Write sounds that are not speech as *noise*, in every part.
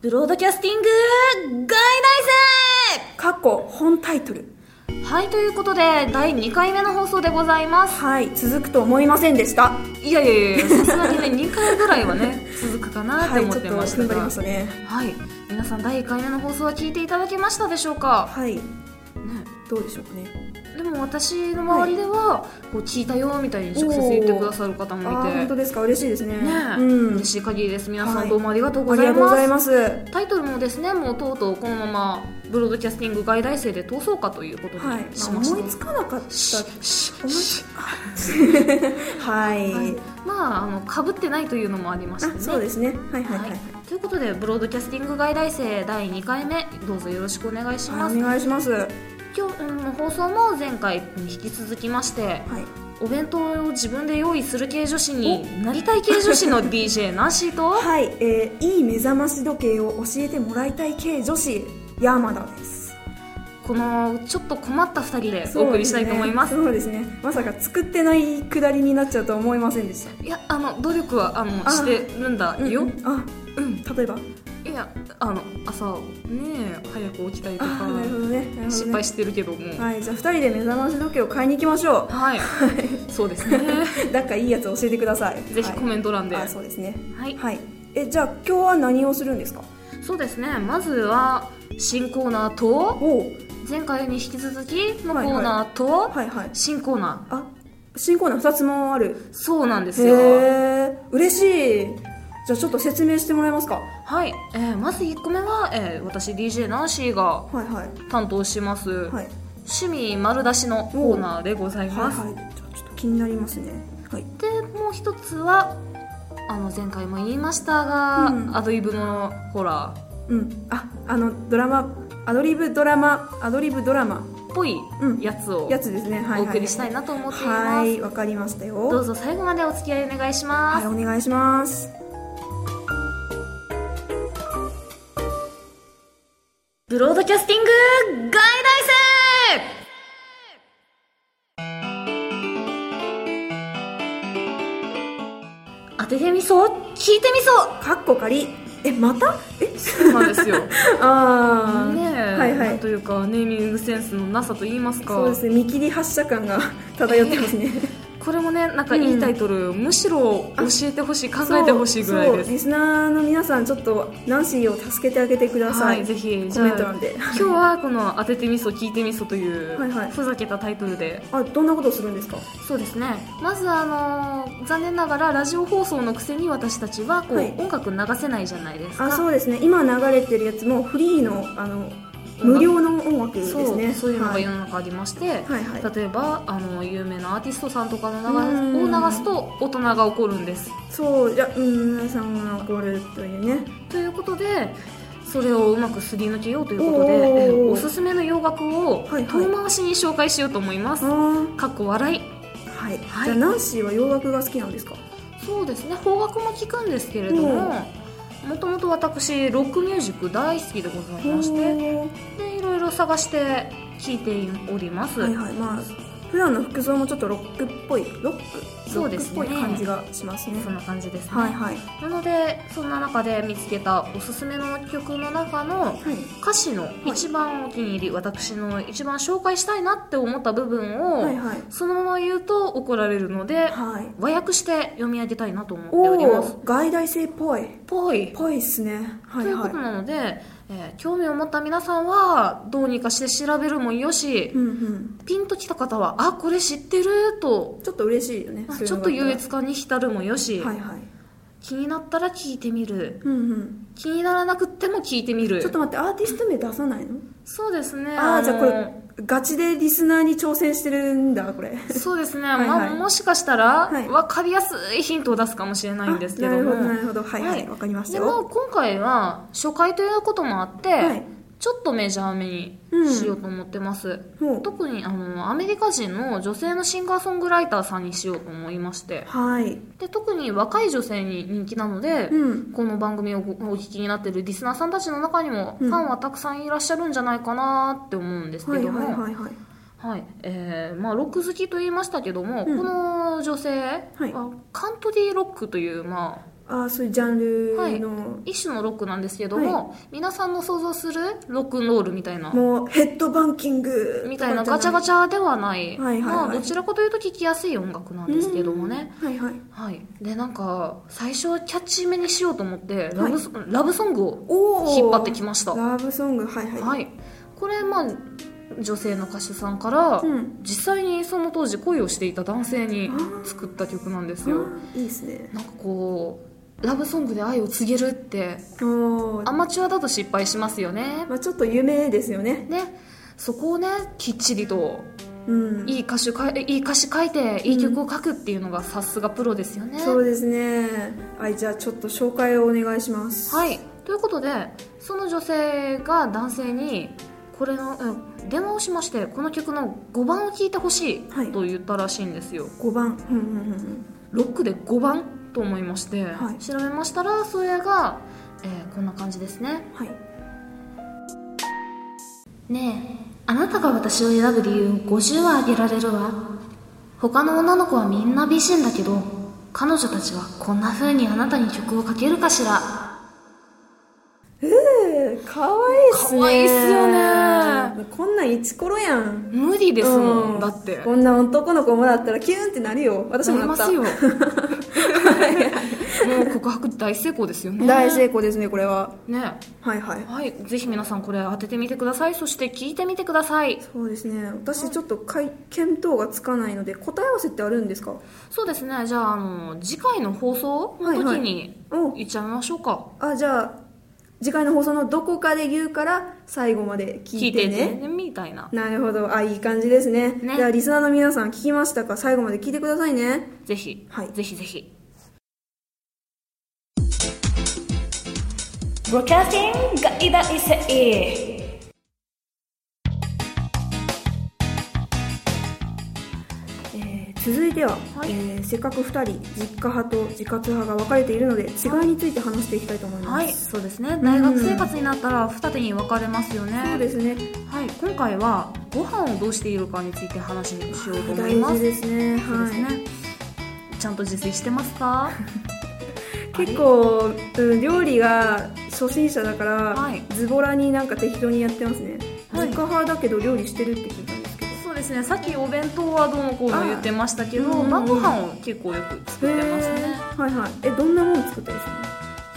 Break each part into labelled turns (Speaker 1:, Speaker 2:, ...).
Speaker 1: ブロードキャスティング外大
Speaker 2: かっこ本タイトル
Speaker 1: 生はい、ということで、第2回目の放送でございます。
Speaker 2: はい続くと思いませんでした
Speaker 1: いやいやいや、さすが
Speaker 2: *laughs*
Speaker 1: にね、2回ぐらいはね、続くかなっ
Speaker 2: は
Speaker 1: て
Speaker 2: い
Speaker 1: 思
Speaker 2: ちょ
Speaker 1: っ
Speaker 2: ってと
Speaker 1: ました
Speaker 2: 踏ん張り
Speaker 1: が
Speaker 2: まし。たね
Speaker 1: はい、皆さん第1回目の放送は聞いていただけましたでしょうか、
Speaker 2: はい
Speaker 1: ね、
Speaker 2: どうでしょうかね
Speaker 1: でも私の周りでは、こう聞いたよみたいに直接言ってくださる方
Speaker 2: あ
Speaker 1: もい
Speaker 2: ー
Speaker 1: て
Speaker 2: 本当ですか嬉しいですね
Speaker 1: ねえ、
Speaker 2: うん
Speaker 1: 嬉しい限りです皆さ
Speaker 2: は
Speaker 1: ん
Speaker 2: い
Speaker 1: どうもありがとう
Speaker 2: あ
Speaker 1: ご
Speaker 2: りが
Speaker 1: ざい
Speaker 2: とうご
Speaker 1: ます,、
Speaker 2: ざいますは
Speaker 1: タイトルもですねもうとうとうこのままブロードキャスティング外大生で通そうかということ
Speaker 2: い、
Speaker 1: に
Speaker 2: ま
Speaker 1: し
Speaker 2: あ、
Speaker 1: ました、
Speaker 2: 思いつかなかった
Speaker 1: し
Speaker 2: 思いつかはい、
Speaker 1: はいまああのかぶってないというのもありましてね
Speaker 2: あそうですねはいはい
Speaker 1: は
Speaker 2: はいい、
Speaker 1: ということでブロードキャスティング外大生第2回目どうぞよろしくお願いしま
Speaker 2: は
Speaker 1: す、
Speaker 2: い、お願いしますはい
Speaker 1: 今日の放送も前回に引き続きましてお弁当を自分で用意する系女子になりたい系女子
Speaker 2: *laughs*
Speaker 1: の DJ ナンシーと
Speaker 2: はい、えー、いい目覚まし時計を教えてもらいたい系女子山田です
Speaker 1: このちょっと困った2人でお送りしたいと思います
Speaker 2: そうですねそうですねまさか作ってないくだりになっちゃうとは思いませんでした
Speaker 1: いやあの努力はあの
Speaker 2: あ
Speaker 1: してるんだよ、
Speaker 2: うんあ
Speaker 1: うん
Speaker 2: 例えば
Speaker 1: いやあの朝ね早く起きたりと
Speaker 2: あ
Speaker 1: か
Speaker 2: なるほどねなるほどね
Speaker 1: 失敗してるけども
Speaker 2: はいじゃあ2人で目覚まし時計を買いに行きましょ
Speaker 1: はい、そうで
Speaker 2: *laughs*
Speaker 1: すね
Speaker 2: うなんかいいやつ教えてください
Speaker 1: ぜひコメント欄で、
Speaker 2: はい、
Speaker 1: は
Speaker 2: あ
Speaker 1: い
Speaker 2: そうですねはいえじゃあ今日は何をするんですか
Speaker 1: そうですねまずは新コーナーと
Speaker 2: おう
Speaker 1: 前回に引き続きのコーナーと、
Speaker 2: はいはい
Speaker 1: 新コーナ
Speaker 2: あ新コーナー2つもある
Speaker 1: ーそうなんです
Speaker 2: へ
Speaker 1: よ
Speaker 2: え嬉しいじゃあちょっと説明してもらえますかは
Speaker 1: はい、えーまず1個目は、えー私 DJ ナンシーが
Speaker 2: いはい
Speaker 1: 担当します、
Speaker 2: はい
Speaker 1: 趣味丸出しのコーナーでござい
Speaker 2: は
Speaker 1: ま
Speaker 2: い
Speaker 1: す、
Speaker 2: はいじゃあちょっと気になりますねはい
Speaker 1: でもう一つはあの前回も言いましたが、
Speaker 2: うん
Speaker 1: アドリブのホラ
Speaker 2: うんああのドラマアドリブドラマアドリブドラマ
Speaker 1: ーっぽいやつを
Speaker 2: やつですねはいはい
Speaker 1: お送りしたいなと思っています、
Speaker 2: はいわかりましたよ
Speaker 1: どうぞ最後までお付き合いお願いしま
Speaker 2: は
Speaker 1: す、
Speaker 2: いお願いします
Speaker 1: ブロードキャスティング外大生当ててみそう聞いてみそ
Speaker 2: かっこかりえまたえ
Speaker 1: うそうなんです *laughs* よね
Speaker 2: ああ
Speaker 1: え、
Speaker 2: はいはい
Speaker 1: なんというかネーミングセンスのなさと言いますか
Speaker 2: そうですね見切り発射
Speaker 1: *laughs*
Speaker 2: 感が漂ってますね
Speaker 1: これもねなんかいいタイトル、むしろ教えてほしい考えてほしいぐらいで
Speaker 2: そう
Speaker 1: す
Speaker 2: リスナーの皆さんちょっとナンシーを助けてあげてくださ、
Speaker 1: はいい、ぜひ
Speaker 2: コメント欄で
Speaker 1: じゃあ今日はこの「当ててみそ聞いてみそ」という、
Speaker 2: はいはい
Speaker 1: ふざけたタイトルで
Speaker 2: あどんなことをするんですか
Speaker 1: そうですねまずあのー残念ながらラジオ放送のくせに私たちはこう、
Speaker 2: はい
Speaker 1: 音楽流せないじゃないですか
Speaker 2: あそうですね今流れてるやつもフリーのあの無料の音楽です
Speaker 1: そう
Speaker 2: ね
Speaker 1: そういうのが
Speaker 2: は
Speaker 1: 世
Speaker 2: い
Speaker 1: の中ありまして、
Speaker 2: はいはい
Speaker 1: 例えばあの有名なアーティストさんとかの流れ
Speaker 2: う
Speaker 1: を
Speaker 2: ん
Speaker 1: 流すと大人が怒るんです
Speaker 2: そうじゃあうん皆さんが怒るというね
Speaker 1: ということでそれをうまくすり抜けようということで
Speaker 2: おー
Speaker 1: えーおすすめの洋楽を
Speaker 2: はいはい
Speaker 1: 遠回しに紹介しようと思いま
Speaker 2: あ
Speaker 1: す、
Speaker 2: ー
Speaker 1: かっこ笑い
Speaker 2: はい、
Speaker 1: はい
Speaker 2: じゃあナンシーは洋楽が好きなんですか
Speaker 1: そうですね邦楽も聞くんですけれど
Speaker 2: う
Speaker 1: ももともと私ロックミュージック大好きでございまして
Speaker 2: ほ
Speaker 1: でいろいろ探して聞いております、
Speaker 2: ーはいはいまあ普段の服装もちょっとロックっぽいロック
Speaker 1: そうですね
Speaker 2: ロックっぽい感じがしますね
Speaker 1: そんな感じですね、
Speaker 2: はいはい
Speaker 1: なのでそんな中で見つけたおすすめの曲の中の
Speaker 2: はい
Speaker 1: 歌詞の一番お気に入り、私の一番紹介したいなって思った部分を、
Speaker 2: はいはい
Speaker 1: そのまま言うと怒られるので
Speaker 2: はい
Speaker 1: 和訳して読み上げたいなと思っており
Speaker 2: お
Speaker 1: ます
Speaker 2: お外大生っぽい
Speaker 1: ぽい
Speaker 2: ぽいっすねはい
Speaker 1: という
Speaker 2: は
Speaker 1: こ
Speaker 2: い
Speaker 1: となので、えー興味を持った皆さんはどうにかして調べるもよし、
Speaker 2: うんうん
Speaker 1: ピンときた方はあこれ知ってると
Speaker 2: ちょっと嬉しいよね
Speaker 1: あ
Speaker 2: そういう
Speaker 1: ちょ
Speaker 2: のが
Speaker 1: っ
Speaker 2: あ
Speaker 1: と
Speaker 2: たら
Speaker 1: 優越感に浸るもよし、
Speaker 2: はいはい
Speaker 1: 気になったら聞いてみる
Speaker 2: うんうん
Speaker 1: 気にならなくっても聞いてみる
Speaker 2: ちょっと待ってアーティスト名出さないの
Speaker 1: そうですね
Speaker 2: ああ
Speaker 1: の
Speaker 2: じゃあこれガチでリスナーに挑戦してるんだこれ
Speaker 1: そうです
Speaker 2: *laughs*
Speaker 1: ね、
Speaker 2: はい
Speaker 1: まあ、もしかしたら
Speaker 2: はい
Speaker 1: 分かりやすいヒントを出すかもしれないんですけど
Speaker 2: あなる
Speaker 1: も
Speaker 2: ほどなるほどはいは
Speaker 1: はい
Speaker 2: いわかりました
Speaker 1: で
Speaker 2: よ
Speaker 1: も今回は初回ということもあって、
Speaker 2: はい
Speaker 1: ちょっとメジャーめにしようと思ってます、
Speaker 2: もう
Speaker 1: 特にあのアメリカ人の女性のシンガーソングライターさんにしようと思いまして
Speaker 2: はい
Speaker 1: で特に若い女性に人気なので、
Speaker 2: うん
Speaker 1: この番組をごお聞きになってるリスナーさんたちの中にもフ
Speaker 2: うん
Speaker 1: ァンはたくさんいらっしゃるんじゃないかなって思うんです
Speaker 2: は
Speaker 1: け
Speaker 2: い
Speaker 1: ども、
Speaker 2: は
Speaker 1: はいい
Speaker 2: はいはい
Speaker 1: えーまあ、ロック好きと言いましたけども、
Speaker 2: うん
Speaker 1: この女性はカントリーロックという、まあ、
Speaker 2: ああそういうジャンルの、
Speaker 1: 一種のロックなんですけども、皆さんの想像するロックンロールみたいな
Speaker 2: もうヘッドバンキング
Speaker 1: みたいなガチャガ
Speaker 2: チ
Speaker 1: チャではない、
Speaker 2: はいはいはい
Speaker 1: まあ、どちらかというと聴きやすい音楽なんですけどもね、
Speaker 2: ャはいはい
Speaker 1: はい、でなんか最初キャッチーめにしようと思ってラブ,、ラブソングを
Speaker 2: おー
Speaker 1: 引っ張ってきました、は
Speaker 2: ラブソングはいはいい、
Speaker 1: これまあ女性の歌手さんから、
Speaker 2: うん
Speaker 1: 実際にその当時恋をしていた男性に作った曲なんですよ、
Speaker 2: いいですね
Speaker 1: なんかこうラブソングで愛を告げるって
Speaker 2: おー
Speaker 1: アマチュアだと失敗しますよね
Speaker 2: まあちょっと夢ですよね
Speaker 1: ねそこをねきっちりと
Speaker 2: うん
Speaker 1: いい歌手かいい歌詞書いていい曲を書くっていうのがさすがプロですよね、
Speaker 2: そうですねはいじゃあちょっと紹介をお願いします
Speaker 1: はいということでその女性が男性にこれのえ電話をしましてこの曲の5番を聴いてほしい
Speaker 2: はい
Speaker 1: と言ったらしいんですよ、
Speaker 2: 5番うんうんうん
Speaker 1: ロックで5番と思いまして、
Speaker 2: はい
Speaker 1: 調べましたらそれが、えーこんな感じですね
Speaker 2: はい
Speaker 1: ねえあなたが私を選ぶ理由50はあげられるわ他の女の子はみんな美人だけど彼女たちはこんな風にあなたに曲をかけるかしら
Speaker 2: えー、かわいいっすね
Speaker 1: 可愛いっす
Speaker 2: ねこんなんイチコロやん
Speaker 1: 無理ですもん、
Speaker 2: う
Speaker 1: だって
Speaker 2: こんな男の子もだったらキュンってなるよ私も
Speaker 1: なり
Speaker 2: な
Speaker 1: ま
Speaker 2: った
Speaker 1: すよも
Speaker 2: *laughs*
Speaker 1: う告白大成功ですよね
Speaker 2: 大成功ですねこれは
Speaker 1: ね
Speaker 2: はいはい
Speaker 1: はいぜひ皆さんこれ当ててみてくださいそして聞いてみてください
Speaker 2: そうですね私ちょっとかい見当がつかないので答え合わせってあるんですか
Speaker 1: そうですねじゃああの次回の放送の時に
Speaker 2: はいはいお
Speaker 1: 言っちゃいましょうか、
Speaker 2: あじゃあ次回の放送のどこかで言うから最後まで聞
Speaker 1: 聞
Speaker 2: い
Speaker 1: い
Speaker 2: て
Speaker 1: て
Speaker 2: ね
Speaker 1: ねみたいな
Speaker 2: なるほどあいい感じですね
Speaker 1: ね
Speaker 2: じゃあリスナーの皆さん聞きましたか最後まで聞いてくださいね
Speaker 1: ぜひ、
Speaker 2: はい
Speaker 1: ぜひぜひ
Speaker 3: Broadcasting Gaida ICE.
Speaker 2: えー続いては、
Speaker 1: はい
Speaker 2: えーせっかく2人実家派と自活派が分かれているので違いについて話していきたいと思います、
Speaker 1: はいそうですね大学生活になったら二手に分かれますよね
Speaker 2: そうですね
Speaker 1: はい今回はご飯をどうしているかについて話をしようと思い
Speaker 2: 大
Speaker 1: ま
Speaker 2: 事
Speaker 1: す
Speaker 2: ですね
Speaker 1: そう
Speaker 2: は
Speaker 1: ですね、
Speaker 2: い
Speaker 1: ちゃんと自炊してますか
Speaker 2: *laughs* 結構、うん料理が初心者だから、
Speaker 1: はい
Speaker 2: ズボラになんか適当にやってますね、
Speaker 1: はい
Speaker 2: 実家派だけど料理してるって聞いたんですけど
Speaker 1: そうですねさっきお弁当はどうのこうの言ってましたけど
Speaker 2: あーうんうん
Speaker 1: 晩ご飯を結構よく作ってます
Speaker 2: へ
Speaker 1: ね
Speaker 2: ーはいはいえどんなもの作ってるんですか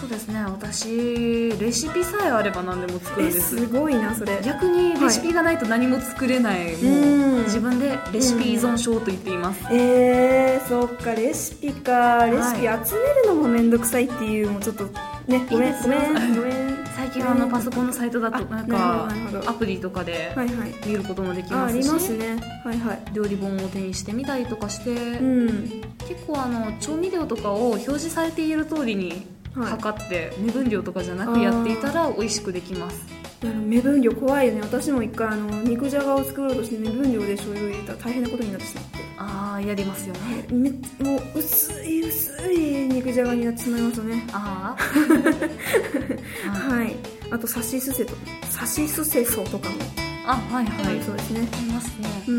Speaker 1: そうですね私レシピさえあれば何でも作るん
Speaker 2: え
Speaker 1: です
Speaker 2: すごいなそれ
Speaker 1: 逆にレシピがないと何も作れない、も
Speaker 2: う
Speaker 1: うん自分でレシピ依存症と言っています、
Speaker 2: えー、そっかレシピかレシピ集め
Speaker 1: は
Speaker 2: るのもめんどくさいっていうもうちょっとねごめ
Speaker 1: いい
Speaker 2: ん
Speaker 1: です
Speaker 2: ごめ
Speaker 1: よ *laughs*
Speaker 2: んごめん
Speaker 1: 最近はあのパソコンのサイトだと
Speaker 2: あ
Speaker 1: なん
Speaker 2: な
Speaker 1: か
Speaker 2: るほどなるほど
Speaker 1: アプリとかで
Speaker 2: はいはい
Speaker 1: 見ることもでき
Speaker 2: あ
Speaker 1: ま
Speaker 2: あ
Speaker 1: す
Speaker 2: り
Speaker 1: し
Speaker 2: ますねはいはい
Speaker 1: 料理本を手にしてみたりとかして、
Speaker 2: うん
Speaker 1: 結構あの調味料とかを表示されている通りに
Speaker 2: はい
Speaker 1: 測って目分量とかじゃなくやっていたら美味しくできます
Speaker 2: あの目分量怖いよね私も一回あの肉じゃがを作ろうとして目分量で醤油を入れたら大変なことになってしまって
Speaker 1: あーやりますよね
Speaker 2: めもう薄い薄い肉じゃがになってしまいましたね
Speaker 1: ああ *laughs* はい
Speaker 2: はいあとさしすせとさしすせそとかも
Speaker 1: あはいはい
Speaker 2: そうですね
Speaker 1: ありますね
Speaker 2: うん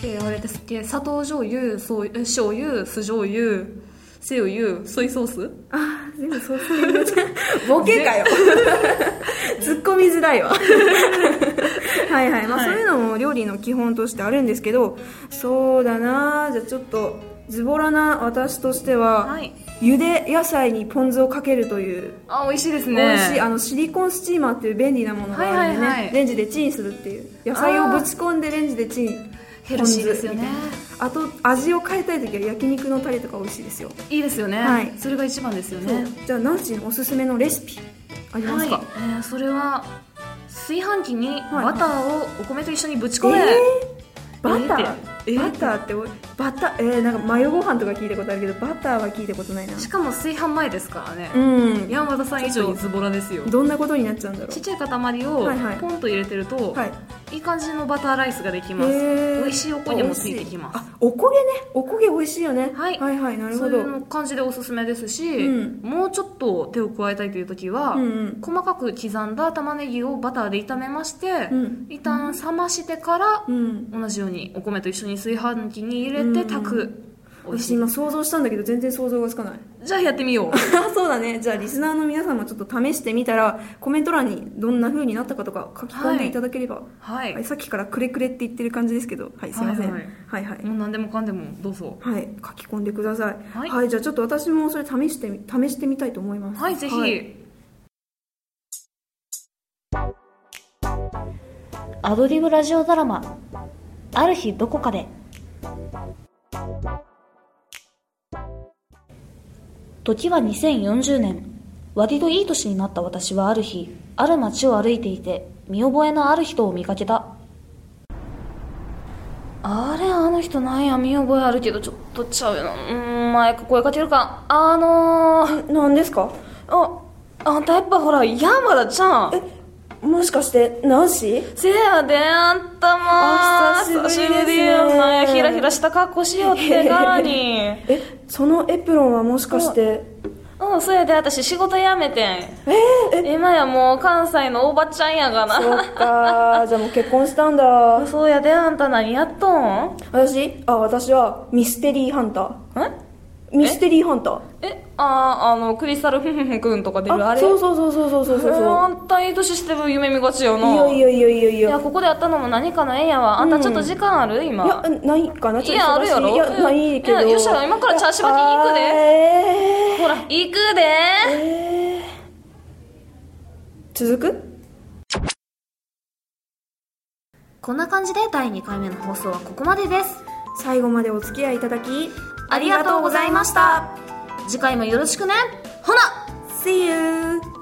Speaker 1: であれですっけ砂糖醤油そうえ醤油酢醤油セオ油ソイソース
Speaker 2: あー全部そうそういうボケかよ *laughs* 突っ込みづらい
Speaker 1: *laughs*
Speaker 2: わはいはいまあ、
Speaker 1: はい
Speaker 2: そういうのも料理の基本としてあるんですけどそうだなじゃあちょっとズボラな私としては、
Speaker 1: はい
Speaker 2: 茹で野菜にポン酢をかけるという
Speaker 1: あ美味しいです
Speaker 2: 美
Speaker 1: ね
Speaker 2: 味しいあのシリコンスチーマーっていう便利なものがあるんでね、
Speaker 1: はいはいはい
Speaker 2: レンジでチンするっていう野菜をぶち込んでレンジでチン
Speaker 1: ヘルシーですよね
Speaker 2: ポン酢みたいなあと味を変えたい時は焼肉のタレとか美味しいですよ、
Speaker 1: いいですよね、
Speaker 2: はい
Speaker 1: それが一番ですよ
Speaker 2: そう
Speaker 1: ね
Speaker 2: じゃあナンチのおすすめのレシピありま
Speaker 1: は
Speaker 2: す
Speaker 1: い、
Speaker 2: か、
Speaker 1: えーそれは炊飯器に
Speaker 2: はい
Speaker 1: バターをお米と一緒にぶち
Speaker 2: え
Speaker 1: 込め、
Speaker 2: ーバター、
Speaker 1: えー
Speaker 2: バターっておバターえー、なんかマヨご飯とか聞いたことあるけどバターは聞いたことないな
Speaker 1: しかも炊飯前ですからね、
Speaker 2: うん
Speaker 1: 山形さん以上にズボラですよ
Speaker 2: どんなことになっちゃうんだろ
Speaker 1: ちっちゃい塊を
Speaker 2: はいはい
Speaker 1: ポンと入れてると、
Speaker 2: うはい
Speaker 1: い、い感じのバターライスができます、
Speaker 2: へー
Speaker 1: 美味しいお焦げもついてきます
Speaker 2: あお焦げねお焦げ美味しいよね
Speaker 1: はい
Speaker 2: はいはいなる
Speaker 1: そ
Speaker 2: ほ
Speaker 1: うい
Speaker 2: ど
Speaker 1: う感じでおすすめですし、
Speaker 2: うん
Speaker 1: もうちょっと手を加えたいという時は、
Speaker 2: うんうん
Speaker 1: 細かく刻んだ玉ねぎをバターで炒めまして、
Speaker 2: うん
Speaker 1: 一旦冷ましてから、
Speaker 2: うん
Speaker 1: 同じようにお米と一緒に炊飯器に入れ
Speaker 2: うん
Speaker 1: て炊く、美味
Speaker 2: 私
Speaker 1: しい
Speaker 2: 今想像したんだけど全然想像がつかない *laughs*
Speaker 1: じゃあやってみよう。
Speaker 2: そうだねじゃあリスナーの皆さんもちょっと試してみたらコメント欄にどんな風になったかとか書き込んでいただければ、
Speaker 1: *laughs* は
Speaker 2: はいさっきからくれくれって言ってる感じですけどはいすいません
Speaker 1: はい
Speaker 2: はいはい
Speaker 1: もう何でもかんでもどうぞ。
Speaker 2: はい、書き込んでください。
Speaker 1: は
Speaker 2: はいい、じゃあちょっと私もそれ試してみ、試してみたいと思います。
Speaker 1: はい、ぜひ。
Speaker 2: はい、
Speaker 1: アドリブラジオドラマ、ある日どこかで。時は2040年。割といい年になった私はある日、ある街を歩いていて、見覚えのある人を見かけた。あれ、あの人なんや、見覚えあるけど、ちょっとちゃうよな。うーん、前声かけるか。あのー、
Speaker 2: 何ですか
Speaker 1: あ、あんたやっぱほら、山田ちゃん。
Speaker 2: もしかして、ナンシー
Speaker 1: せやであんたも
Speaker 2: あ久しぶりですね
Speaker 1: 久やなひらひらした格好しよってからに
Speaker 2: *laughs* え、そのエプロンはもしかして、
Speaker 1: うんそやで私仕事辞めてん
Speaker 2: えー、え、
Speaker 1: 今やもう関西のおばちゃんやが
Speaker 2: そ
Speaker 1: な
Speaker 2: っ
Speaker 1: *laughs*
Speaker 2: か、じゃあもう結婚したんだ。
Speaker 1: そうやであんた何やっとん
Speaker 2: 私あ、私はミステリーハンター。
Speaker 1: え
Speaker 2: ミステリーハンター。
Speaker 1: えあーあのクリスタルフンフンくんとか出るあれ
Speaker 2: そう
Speaker 1: そ
Speaker 2: そうそうそうそうそうそう
Speaker 1: あ
Speaker 2: そ
Speaker 1: んたいい年してる夢見がちよ
Speaker 2: う。い
Speaker 1: ない
Speaker 2: よいいよいいよいい
Speaker 1: いや
Speaker 2: よ。
Speaker 1: ここでやったのも何かの縁やわあんたちょっと時間ある今
Speaker 2: いや、ないかな、
Speaker 1: いやあるやろ
Speaker 2: いや、ないけど。
Speaker 1: いやよっしゃ今から茶芝に行くで
Speaker 2: あー
Speaker 1: ほら行くで
Speaker 2: えー続く
Speaker 1: こんな感じで第2回目の放送はここまでです
Speaker 2: 最後までお付き合いいただき
Speaker 1: ありがとうございました次回もよろしくねほな
Speaker 2: See you!